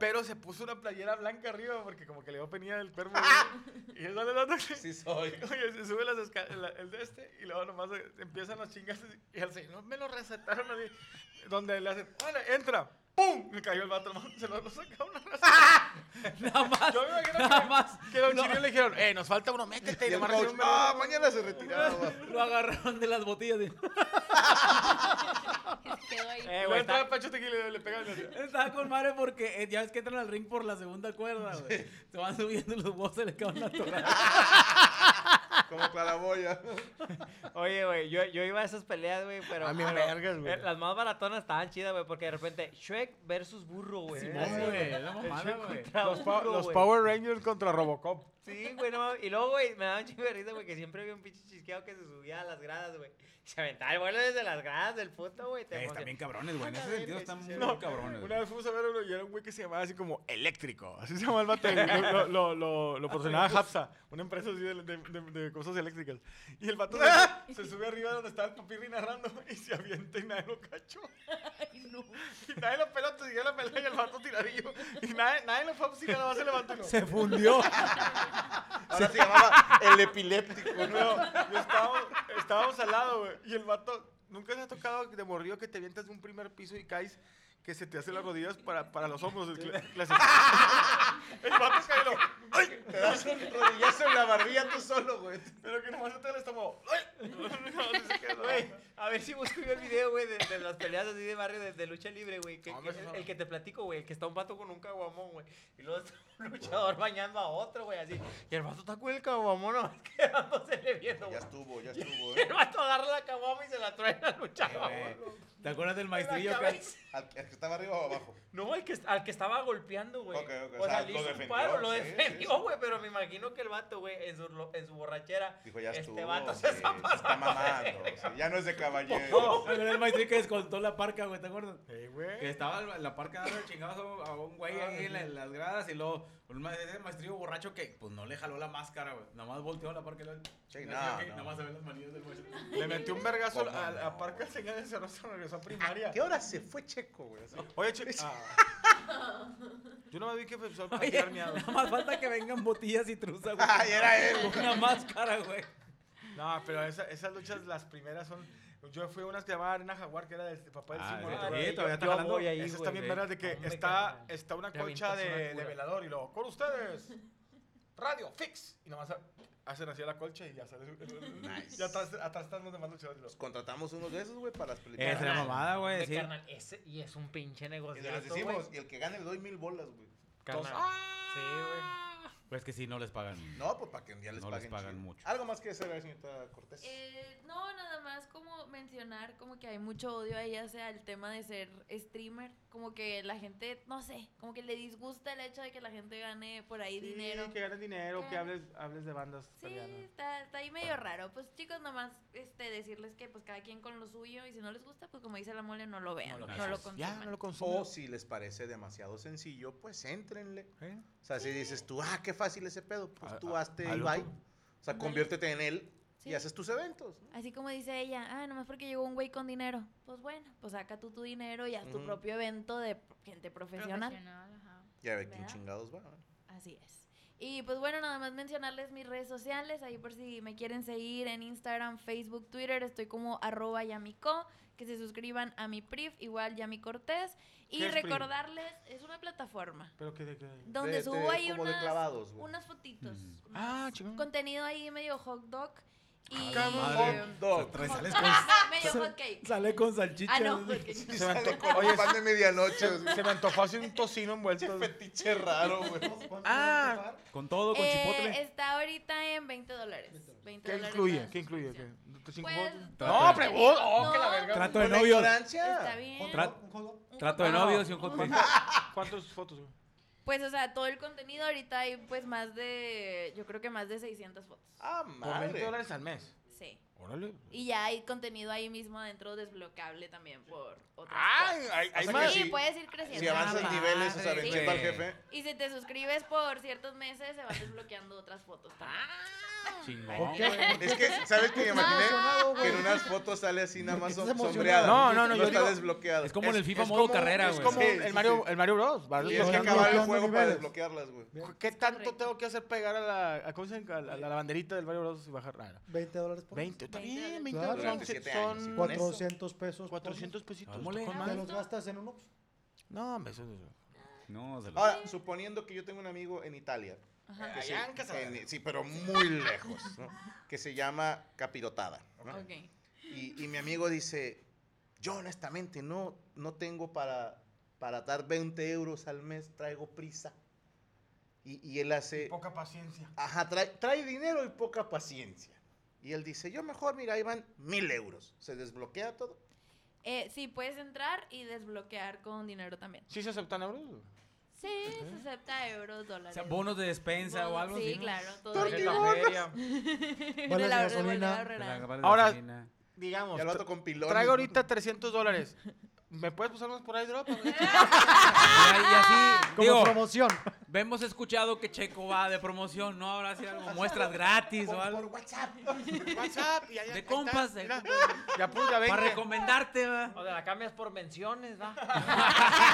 Speaker 6: Pero se puso una playera blanca arriba porque como que le dio penía del cuerpo. güey. y él sale el otro. Sí
Speaker 4: soy.
Speaker 6: Oye, se sube las esca- la- el de este y luego nomás eh, empiezan las chingas y él dice, no me lo recetaron así. Donde le hacen, bueno, entra. ¡Pum! Le cayó el vato, nomás se lo, lo saca una raza.
Speaker 12: nada más.
Speaker 6: Yo me imagino que, que los chinos le dijeron, eh, nos falta uno, métete. Y
Speaker 4: Y el
Speaker 6: nomás recibió
Speaker 4: coach,
Speaker 6: un verbo.
Speaker 4: "Ah, mañana se retiraba".
Speaker 12: Lo agarraron de las botillas. De...
Speaker 6: Eh, güey, entraba Pancho Tequila y le pegaban así.
Speaker 12: Estaba con madre porque eh, ya ves que entran al ring por la segunda cuerda, güey. Se van subiendo los bozos, se les caen la
Speaker 4: Como claraboya.
Speaker 13: Oye, güey, yo, yo iba a esas peleas, güey, pero.
Speaker 6: A mí me
Speaker 13: pero,
Speaker 6: vergas, güey.
Speaker 13: eh, Las más baratonas estaban chidas, güey, porque de repente Shrek versus burro, güey.
Speaker 6: Sí,
Speaker 13: Así,
Speaker 6: güey,
Speaker 13: güey.
Speaker 6: la
Speaker 13: El
Speaker 6: mamada,
Speaker 13: Shrek
Speaker 6: güey.
Speaker 13: contra
Speaker 6: Los pa-
Speaker 13: burro,
Speaker 6: los
Speaker 13: güey.
Speaker 6: Power Rangers contra Robocop.
Speaker 13: Sí, güey, no mames. Y luego, güey, me daba un chingo de risa, güey, que siempre había un pinche chisqueado que se subía a las gradas, güey. Y se aventaba el vuelo desde las gradas del puto, güey. te
Speaker 12: Eh,
Speaker 13: emociona.
Speaker 12: están bien cabrones, güey. En ese
Speaker 13: Ándale,
Speaker 12: sentido
Speaker 13: güey,
Speaker 12: están
Speaker 13: sí,
Speaker 12: muy
Speaker 13: sí.
Speaker 12: cabrones.
Speaker 6: Una vez fuimos a ver uno y era un güey que se llamaba así como eléctrico. Así se llamaba el vato. Lo, lo, lo, lo patrocinaba Hapsa, una empresa así de, de, de- de cosas eléctricas. Y el vato se, se sube arriba donde estaba el papirri narrando y se avienta y nadie lo cachó. Y nadie lo peló, te siguió la pelea y el vato tiradillo. Y nadie, nadie lo fue a auxiliar, nada más se levantó. y lo-
Speaker 12: Se fundió.
Speaker 4: Ahora se llamaba el epiléptico,
Speaker 6: Pues No, yo estábamos, estábamos al lado, güey. Y el vato, nunca se ha tocado de morrillo que te avientas de un primer piso y caes, que se te hacen las rodillas para, para los hombros. El, cla- clasi- El vato cae y lo, ¡ay!
Speaker 4: Te das un rodillazo en la barbilla tú solo, güey.
Speaker 6: Pero que nomás se te da el estómago.
Speaker 13: Güey, a ver si busco yo el video, güey, de, de las peleas así de barrio de, de lucha libre, güey. que- que- el, el que te platico, güey, el que está un vato con un caguamón, güey. Y luego está un luchador bañando a otro, güey, así. Y el vato está con el caguamón, nomás quedándosele viendo, güey.
Speaker 4: Ya estuvo, ya estuvo,
Speaker 13: Y
Speaker 4: eh.
Speaker 13: el vato agarra la caguama y se la trae al luchador.
Speaker 12: Eh, ¿Te acuerdas del
Speaker 13: maestrillo que-
Speaker 4: Al, al que estaba arriba o abajo.
Speaker 13: No, al que, al que estaba golpeando, güey.
Speaker 4: Ok, ok,
Speaker 13: O sea,
Speaker 4: lo
Speaker 13: le hizo un
Speaker 4: defendió,
Speaker 13: paro, lo
Speaker 4: sí, sí,
Speaker 13: defendió, güey, pero me imagino que el vato, güey, en su, lo- en su borrachera,
Speaker 4: Dijo, ya
Speaker 13: este
Speaker 4: estuvo.
Speaker 13: vato
Speaker 4: sí,
Speaker 13: se
Speaker 4: está mamando. sí, ya no es de caballero.
Speaker 12: No, pero el maestrillo que descontó la parca, güey. ¿te acuerdas?
Speaker 6: güey.
Speaker 12: Que estaba la- la parca dando chingados a un- a un güey ahí en, la- en las gradas y luego un ma- ese maestrillo borracho que pues no le jaló la máscara, güey. Nomás volteó a la parca y luego-
Speaker 4: Sí,
Speaker 12: no,
Speaker 4: no,
Speaker 12: sí, ok,
Speaker 4: no.
Speaker 12: nomás se ven las manillas del maestro.
Speaker 6: Le metió un vergazo
Speaker 12: Oh,
Speaker 6: a,
Speaker 12: no,
Speaker 6: a, a Parca Señal de Cerro, se regresó a primaria.
Speaker 4: qué hora se fue Checo, güey?
Speaker 6: Oye, Checo. Yo no me vi que empezó a
Speaker 12: Oye,
Speaker 6: platicar miados.
Speaker 12: nada más falta que vengan botillas y truza, güey.
Speaker 6: Ay, era él.
Speaker 12: Con Una máscara, güey.
Speaker 6: No, pero esa- esas luchas, las primeras son. Yo fui a unas que llamaba Arena Jaguar, que era del papá del
Speaker 12: Ah,
Speaker 6: Simón.
Speaker 12: sí, todavía está jalando.
Speaker 6: Esas
Speaker 12: güey,
Speaker 6: también
Speaker 12: sí.
Speaker 6: verás de que
Speaker 12: Hombre,
Speaker 6: está, está una
Speaker 12: Te
Speaker 6: colcha
Speaker 12: avientas una
Speaker 6: de,
Speaker 12: cura.
Speaker 6: de velador y luego, con ustedes, Radio Fix. Y nomás ha- hacen así a la colcha y ya sale. Y atrás, atrás están los demás luchadores. y luego,
Speaker 4: Contratamos unos de esos, güey, para las películas.
Speaker 12: Esa es la mamada, güey,
Speaker 3: Ve,
Speaker 12: sí.
Speaker 3: carnal, ese- y es un pinche
Speaker 4: Y
Speaker 3: negocio.
Speaker 4: se las hicimos, y el que gane le doy mil bolas, güey.
Speaker 3: Carnal.
Speaker 4: Sí,
Speaker 12: Pues que sí, no les pagan.
Speaker 4: No, pues para que un día les
Speaker 12: No
Speaker 4: paguen.
Speaker 12: les pagan
Speaker 4: chido.
Speaker 12: mucho.
Speaker 4: Algo más que hacer, señorita Cortés.
Speaker 9: Eh, no, nada más como mencionar como que hay mucho odio ahí hacia el tema de ser streamer. Como que la gente, no sé, como que le disgusta el hecho de que la gente gane por ahí dinero.
Speaker 6: Que ganen dinero, que
Speaker 9: Eh.
Speaker 6: hables, hables de bandas
Speaker 9: Sí,
Speaker 6: peleando.
Speaker 9: está, está ahí medio raro. Pues chicos, nomás este, decirles que pues cada quien con lo suyo y si no les gusta, pues como dice la mole, no lo vean, no lo, consuman.
Speaker 4: O si les parece demasiado sencillo, pues éntrenle.
Speaker 6: ¿Eh?
Speaker 4: O sea, si dices tú, ah, qué fácil ese pedo, pues tú hazte
Speaker 6: hazlo
Speaker 4: Ibai.
Speaker 6: tú.
Speaker 4: O sea,
Speaker 9: Ándale.
Speaker 4: conviértete en él y
Speaker 9: Sí.
Speaker 4: haces tus eventos.
Speaker 9: Así como dice ella, ah, nomás porque llegó un güey con dinero. Pues bueno, pues saca tú tu dinero y haz tu
Speaker 4: Ujú.
Speaker 9: propio evento de gente profesional.
Speaker 4: Ya ve quién
Speaker 9: ¿Verdad?
Speaker 4: chingados va.
Speaker 9: Así es. Y pues bueno, nada más mencionarles mis redes sociales, ahí por si me quieren seguir en Instagram, Facebook, Twitter, estoy como arroba yamico, que se suscriban a mi PRIF, igual Yami Cortés, y
Speaker 6: ¿Qué es PRIF?
Speaker 9: recordarles, es una plataforma
Speaker 6: Pero que de que.
Speaker 9: donde subo ahí
Speaker 4: como de
Speaker 9: unas,
Speaker 4: clavados, güey.
Speaker 9: unas fotitos,
Speaker 6: Ah, chingón.
Speaker 9: contenido ahí medio hot dog y...
Speaker 12: Ah, madre.
Speaker 9: em,
Speaker 12: O sea, trae- sales con-
Speaker 9: medio
Speaker 12: sa-
Speaker 9: hot cake.
Speaker 12: Sale con salchicha.
Speaker 9: Ah, no, hot cake.
Speaker 6: Se me antojó.
Speaker 4: con
Speaker 6: Oye,
Speaker 4: pan de medianoche.
Speaker 6: Se me antojó así un tocino envuelto.
Speaker 4: fetiche raro, güey.
Speaker 6: Ah,
Speaker 12: con todo,
Speaker 9: Eh, está ahorita en 20 dólares. 20
Speaker 6: ¿Qué
Speaker 9: dólares
Speaker 6: incluye?
Speaker 9: más.
Speaker 6: ¿Qué incluye? ¿Qué? ¿Cinco
Speaker 9: Pues,
Speaker 6: hot-
Speaker 12: Trato de-
Speaker 6: No, pregunta. Oh, que la
Speaker 9: No.
Speaker 6: verga.
Speaker 12: Trato de
Speaker 6: Con la
Speaker 12: novios.
Speaker 6: ignorancia.
Speaker 9: Está bien.
Speaker 12: Tra- trato
Speaker 6: Ah,
Speaker 12: de
Speaker 6: no.
Speaker 12: novios y un hot
Speaker 6: ¿Cuántas- ¿Cuántas fotos? güey?
Speaker 9: Pues, o sea, todo el contenido ahorita hay pues más de, yo creo que más de 600 fotos.
Speaker 4: Ah,
Speaker 6: Por 20 dólares al mes.
Speaker 9: Sí.
Speaker 6: Órale.
Speaker 9: Y ya hay contenido ahí mismo adentro desbloqueable también por otras
Speaker 6: Ay,
Speaker 9: cosas.
Speaker 6: hay- hay
Speaker 9: Sí,
Speaker 6: más.
Speaker 9: puedes ir creciendo.
Speaker 4: Si avanzas
Speaker 9: Ah,
Speaker 4: niveles, o sea,
Speaker 9: madre.
Speaker 4: venciendo al jefe.
Speaker 9: Y si te suscribes por ciertos meses, se van desbloqueando otras fotos Ah, también.
Speaker 12: Chingón.
Speaker 4: Es que, ¿sabes
Speaker 9: Pues
Speaker 4: qué? Me imaginé
Speaker 12: Emocionado, güey.
Speaker 4: que en unas fotos sale así nada más som-
Speaker 12: Estás emocionado.
Speaker 4: sombreada.
Speaker 6: No, no, no, yo
Speaker 4: No está
Speaker 6: digo-
Speaker 4: desbloqueada.
Speaker 12: Es como en el FIFA modo carrera,
Speaker 6: Es
Speaker 12: güey.
Speaker 6: como
Speaker 12: Sí,
Speaker 6: el,
Speaker 12: sí,
Speaker 6: Mario,
Speaker 12: sí.
Speaker 6: el Mario Bros. va
Speaker 4: Tienes que
Speaker 6: desbloqueando
Speaker 4: acabar el
Speaker 6: niveles.
Speaker 4: juego para desbloquearlas, güey.
Speaker 6: ¿Qué tanto tengo que hacer pegar a la, a, ¿cómo se llama? a la, a la banderita del Mario Bros. y bajar? Ah, no.
Speaker 7: 20 dólares por
Speaker 6: 20, está bien, 20
Speaker 7: Claro.
Speaker 6: dólares. Son, son
Speaker 7: 400 pesos. por
Speaker 6: 400
Speaker 7: mes.
Speaker 6: pesitos.
Speaker 12: Vámole.
Speaker 6: está con
Speaker 7: ¿Te
Speaker 6: madre.
Speaker 7: los gastas en uno?
Speaker 6: No, hombre, eso eso-
Speaker 12: No, se lo-
Speaker 4: Ahora, suponiendo que yo tengo un amigo en Italia.
Speaker 9: Ajá.
Speaker 4: que se-
Speaker 6: Allá Ah, en Casablanca.
Speaker 4: en- sí, pero muy lejos, ¿no? Que se llama Capirotada. ¿no?
Speaker 9: Ok.
Speaker 4: Y, y mi amigo dice, yo honestamente no, no tengo para, para dar 20 euros al mes, traigo prisa. Y, y él hace...
Speaker 6: Poca paciencia.
Speaker 4: Ajá, trae, trae dinero y poca paciencia. Y él dice, yo mejor, mira, ahí van mil euros. Se desbloquea todo.
Speaker 9: Eh, sí, puedes entrar y desbloquear con dinero también.
Speaker 6: ¿Sí se aceptan euros?
Speaker 9: Sí, se acepta euros, dólares.
Speaker 12: O sea, bonos de despensa o
Speaker 9: Bonos,
Speaker 12: algo
Speaker 9: Sí,
Speaker 12: así, ¿no?
Speaker 9: claro. Todo
Speaker 6: Porque
Speaker 9: eso.
Speaker 6: la feria.
Speaker 9: De la-
Speaker 7: de
Speaker 9: de la
Speaker 7: gasolina.
Speaker 9: Herrera.
Speaker 6: Ahora, digamos,
Speaker 4: Ya lo ato con pilón.
Speaker 6: traigo ahorita 300 dólares. ¿Me puedes pasar unos por ahí, drop?
Speaker 12: Y ahí así,
Speaker 7: Como
Speaker 12: digo,
Speaker 7: promoción.
Speaker 12: hemos escuchado que Checo va de promoción, ¿no? Ahora sí algo, muestras gratis o algo.
Speaker 4: WhatsApp.
Speaker 6: WhatsApp. Y allá,
Speaker 12: De compas, de-
Speaker 6: Ya puta, venga.
Speaker 12: para recomendarte, va.
Speaker 3: O sea, la cambias por menciones, ¿va?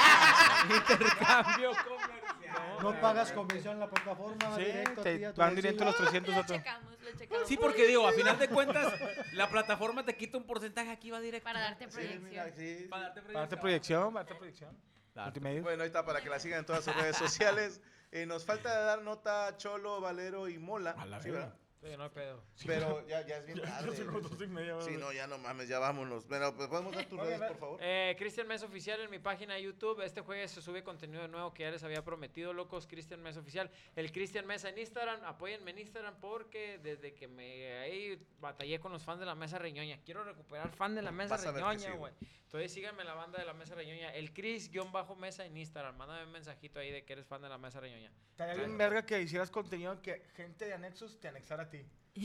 Speaker 12: Intercambio comercial.
Speaker 7: No pagas comisión en la plataforma, va
Speaker 6: Sí,
Speaker 7: directo a
Speaker 6: te
Speaker 7: ti, a tu
Speaker 6: van
Speaker 7: bolsillo.
Speaker 6: directo los 300
Speaker 9: Lo
Speaker 6: otros.
Speaker 9: checamos, lo checamos.
Speaker 12: Sí, porque digo, a final de cuentas, la plataforma te quita un porcentaje aquí, va directo.
Speaker 9: Para darte
Speaker 4: Sí, mira,
Speaker 9: proyección.
Speaker 4: sí.
Speaker 12: Para darte
Speaker 6: Para hacer proyección, para hacer proyección. Multimedia.
Speaker 4: Bueno, ahí está para que la sigan en todas sus redes sociales. Eh, nos falta dar nota a Cholo, Valero y Mola. Sí,
Speaker 12: verga.
Speaker 4: ¿verdad?
Speaker 3: Sí, no hay pedo.
Speaker 4: Pero ya, ya es bien tarde.
Speaker 6: son las dos y media,
Speaker 4: sí,
Speaker 6: ¿verdad?
Speaker 4: no, ya no mames, ya vámonos. Bueno, pues podemos dar tus
Speaker 6: Oye,
Speaker 4: redes,
Speaker 6: va-
Speaker 4: por favor.
Speaker 3: Eh, Cristian Mesa Oficial en mi página de YouTube. Este jueves se sube contenido nuevo que ya les había prometido, locos. Cristian Mesa Oficial. El Cristian Mesa en Instagram. Apóyenme en Instagram porque desde que me ahí batallé con los fans de la Mesa Reñoña. Quiero recuperar fan de la Mesa
Speaker 4: Vas a ver que
Speaker 3: Reñoña,
Speaker 4: sí,
Speaker 3: güey. Entonces síganme la banda de la Mesa Reñoña. El Cris-Mesa en Instagram. Mándame un mensajito ahí de que eres fan de la Mesa Reñoña.
Speaker 6: Estaría bien verga que hicieras contenido que gente de Anexos te anexara a ti.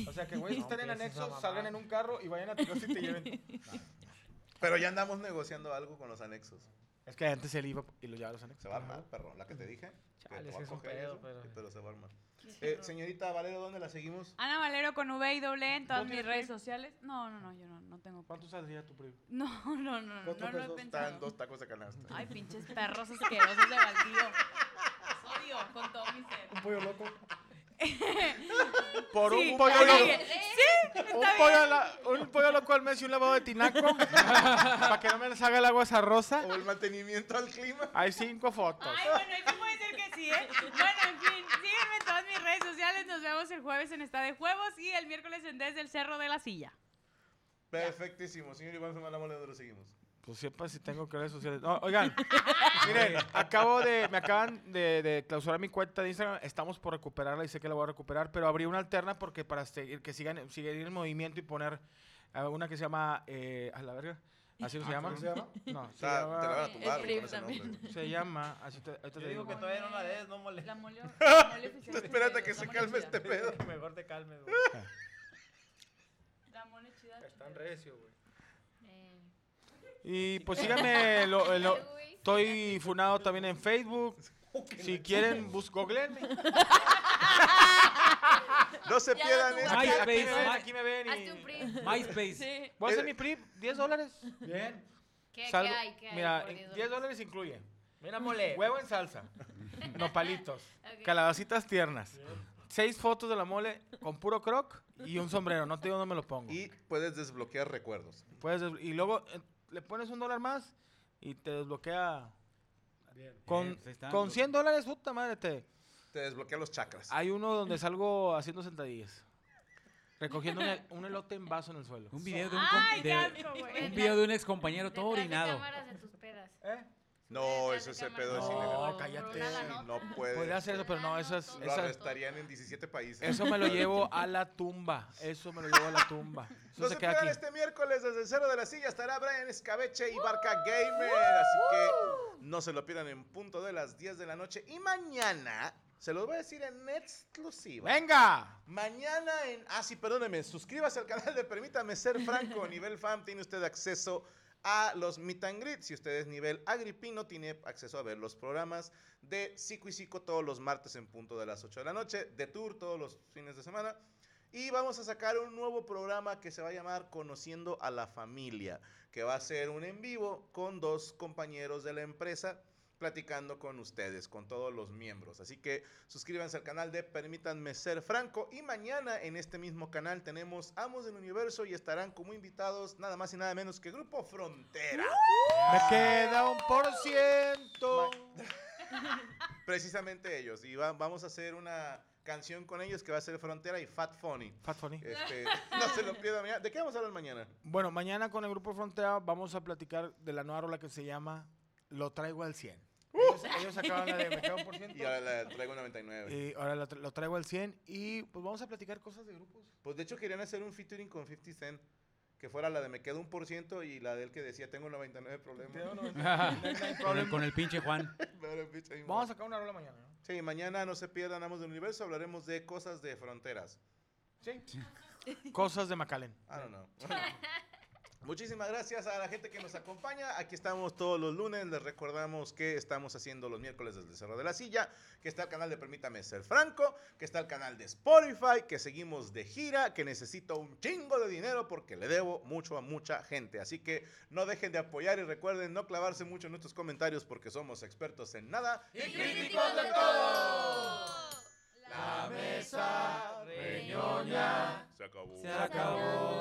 Speaker 6: O sea, que güeyes
Speaker 3: No,
Speaker 6: estén en
Speaker 3: empieces a
Speaker 6: Anexos,
Speaker 3: mamar.
Speaker 6: salgan en un carro y vayan a tu casa y te lleven.
Speaker 4: Pero ya andamos negociando algo con los anexos.
Speaker 6: Es que antes él iba y lo llevaba a los anexos.
Speaker 4: Se va a armar, perro, la que te dije. que
Speaker 6: Chale,
Speaker 4: te
Speaker 6: es
Speaker 4: va
Speaker 6: que
Speaker 4: a
Speaker 6: es un
Speaker 4: coger
Speaker 6: pedo,
Speaker 4: eso,
Speaker 6: pero-
Speaker 4: sí, pero se va a armar. Eh, señorita Valero, ¿dónde la seguimos?
Speaker 11: Ana Valero con V y doble E en todas
Speaker 5: ¿Vos
Speaker 11: mis
Speaker 5: tienes
Speaker 11: redes
Speaker 5: PRI?
Speaker 11: sociales. No, no, no, yo no, no tengo.
Speaker 5: ¿Cuánto saldría tu primo?
Speaker 11: No, no, no, no, no,
Speaker 4: ¿Cuánto
Speaker 11: lo he
Speaker 4: pesos?
Speaker 11: pensado.
Speaker 4: Están dos tacos de canasta.
Speaker 11: Ay, pinches perros asquerosos de baldío. Los Odio con todo mi ser.
Speaker 7: Un pollo loco.
Speaker 6: Por
Speaker 11: Sí,
Speaker 6: un pollo
Speaker 11: está
Speaker 6: loco.
Speaker 11: bien. Sí, ¿eh? está
Speaker 6: un,
Speaker 11: bien.
Speaker 6: pollo a la- un pollo loco al mes y un lavado de tinaco. para que no me les haga el agua rosa.
Speaker 4: O el mantenimiento al clima.
Speaker 6: Hay cinco fotos.
Speaker 11: Ay, bueno, ¿y cómo puede ser que sí, eh? Bueno, en fin, sígueme en todas mis redes sociales. Nos vemos el jueves en Está de Juegos y el miércoles en Desde el Cerro de la Silla.
Speaker 4: Perfectísimo. Señor Iván Zumalamo, ¿dónde lo seguimos?
Speaker 6: Pues sepa si tengo que redes sociales. No, oigan, miren, acabo de, me acaban de, de clausurar mi cuenta de Instagram. Estamos por recuperarla y sé que la voy a recuperar, pero abrí una alterna porque para seguir, que sigan, seguir el movimiento y poner eh, una que se llama, eh, a la verga, así no se
Speaker 4: Ah,
Speaker 6: llama.
Speaker 4: ¿cómo se llama?
Speaker 6: No,
Speaker 4: O sea, Ah, te la van a tumbar, güey, con ese
Speaker 6: se,
Speaker 4: nombre, güey.
Speaker 6: llama, así te, ahorita te
Speaker 13: Yo digo
Speaker 6: digo.
Speaker 13: que todavía no la des, no mole.
Speaker 11: La molió.
Speaker 4: Espérate a que se calme este pedo.
Speaker 13: Mejor te calmes, güey.
Speaker 9: este
Speaker 11: La mole chida.
Speaker 13: Están recio, güey.
Speaker 11: Eh,
Speaker 6: Y pues síganme, lo- lo- estoy funado también en Facebook. Si quieren, bus googleenme.
Speaker 4: No se
Speaker 6: Ya
Speaker 4: pierdan
Speaker 6: lo tuvo.
Speaker 4: esto.
Speaker 6: Aquí- aquí me ven, aquí me ven y-
Speaker 9: Hazte un print.
Speaker 12: MySpace.
Speaker 9: Sí.
Speaker 6: Voy a hacer mi PRIP, 10 dólares.
Speaker 7: Bien.
Speaker 9: ¿Qué, qué
Speaker 6: Salgo-
Speaker 9: hay? ¿Qué hay
Speaker 6: mira,
Speaker 9: por
Speaker 6: en
Speaker 9: 10
Speaker 6: 10 dólares incluye.
Speaker 13: Mira, mole.
Speaker 6: Huevo en salsa. nopalitos.
Speaker 9: Ok.
Speaker 6: Calabacitas tiernas. Seis fotos de la mole con puro croc y un sombrero. No te digo, no me lo pongo.
Speaker 4: Y puedes desbloquear recuerdos.
Speaker 6: Puedes des- y luego eh, le pones un dólar más y te desbloquea.
Speaker 4: Bien,
Speaker 6: Con,
Speaker 4: pues ahí está.
Speaker 6: con 100 dólares, puta madre, te.
Speaker 4: Te desbloquea los chakras.
Speaker 6: Hay uno donde salgo haciendo sentadillas. Recogiendo un, el- un elote en vaso en el suelo.
Speaker 12: Un video de un, com- de- un video de un ex compañero todo orinado.
Speaker 8: cámaras de tus pedas.
Speaker 4: No, eso ese pedo es ilegal.
Speaker 6: No, cállate.
Speaker 4: No puede.
Speaker 6: Podría hacer eso, pero no, esas.
Speaker 4: Lo
Speaker 6: esas
Speaker 4: arrestarían en 17 países.
Speaker 6: eso me lo llevo a la tumba. Eso me lo llevo a la tumba. Eso
Speaker 4: No
Speaker 6: se
Speaker 4: se
Speaker 6: queda
Speaker 4: pierdan
Speaker 6: aquí.
Speaker 4: este miércoles desde el Cero de la Silla estará Brian Escabeche y Barca Gamer. Así que no se lo pierdan en punto de las 10 de la noche. Y mañana, se los voy a decir en exclusiva.
Speaker 6: ¡Venga!
Speaker 4: Mañana en. Ah, sí, perdóneme. Suscríbase al canal de Permítame Ser Franco. nivel FAM tiene usted acceso a los meet and greet. Si usted es nivel agripino, tiene acceso a ver los programas de Psico y Psico todos los martes en punto de las 8 de la noche. De Tour todos los fines de semana. Y vamos a sacar un nuevo programa que se va a llamar Conociendo a la Familia, que va a ser un en vivo con dos compañeros de la empresa platicando con ustedes, con todos los miembros. Así que suscríbanse al canal de Permítanme Ser Franco y mañana en este mismo canal tenemos Amos del Universo y estarán como invitados nada más y nada menos que Grupo Frontera.
Speaker 6: Me queda un por ciento.
Speaker 4: Precisamente ellos. Y va- vamos a hacer una canción con ellos que va a ser Frontera y Fat Funny.
Speaker 6: Fat Funny.
Speaker 4: Este, no se lo pierdan mañana. ¿De qué vamos a hablar mañana?
Speaker 6: Eh, Bueno, mañana con el grupo Frontera vamos a platicar de la nueva rola que se llama Lo traigo al 100. Ellos, ellos acaban la de Me queda un por ciento.
Speaker 4: Y ahora la traigo 99.
Speaker 6: Y ahora lo, tra- lo traigo al 100 y pues vamos a platicar cosas de grupos.
Speaker 4: Pues de hecho querían hacer un featuring con 50 Cent. Que fuera la de me quedo un por ciento y la de él que decía tengo 99 problemas.
Speaker 12: con, el, con el pinche Juan.
Speaker 4: Claro, pinche ahí,
Speaker 6: Vamos a
Speaker 4: man.
Speaker 6: sacar una rola mañana, ¿no?
Speaker 4: Sí, mañana no se pierdan Amos del Universo, hablaremos de cosas de fronteras. Ah,
Speaker 6: Sí. Cosas de Macalén.
Speaker 4: I don't know. Muchísimas gracias a la gente que nos acompaña. Aquí estamos todos los lunes. Les recordamos que estamos haciendo los miércoles desde el Cerro de la Silla, que está el canal de Permítame Ser Franco, que está el canal de Spotify, que seguimos de gira, que necesito un chingo de dinero porque le debo mucho a mucha gente. Así que no dejen de apoyar y recuerden no clavarse mucho en nuestros comentarios porque somos expertos en nada.
Speaker 10: Y críticos de todo.
Speaker 4: La mesa
Speaker 10: reñoña
Speaker 4: se acabó.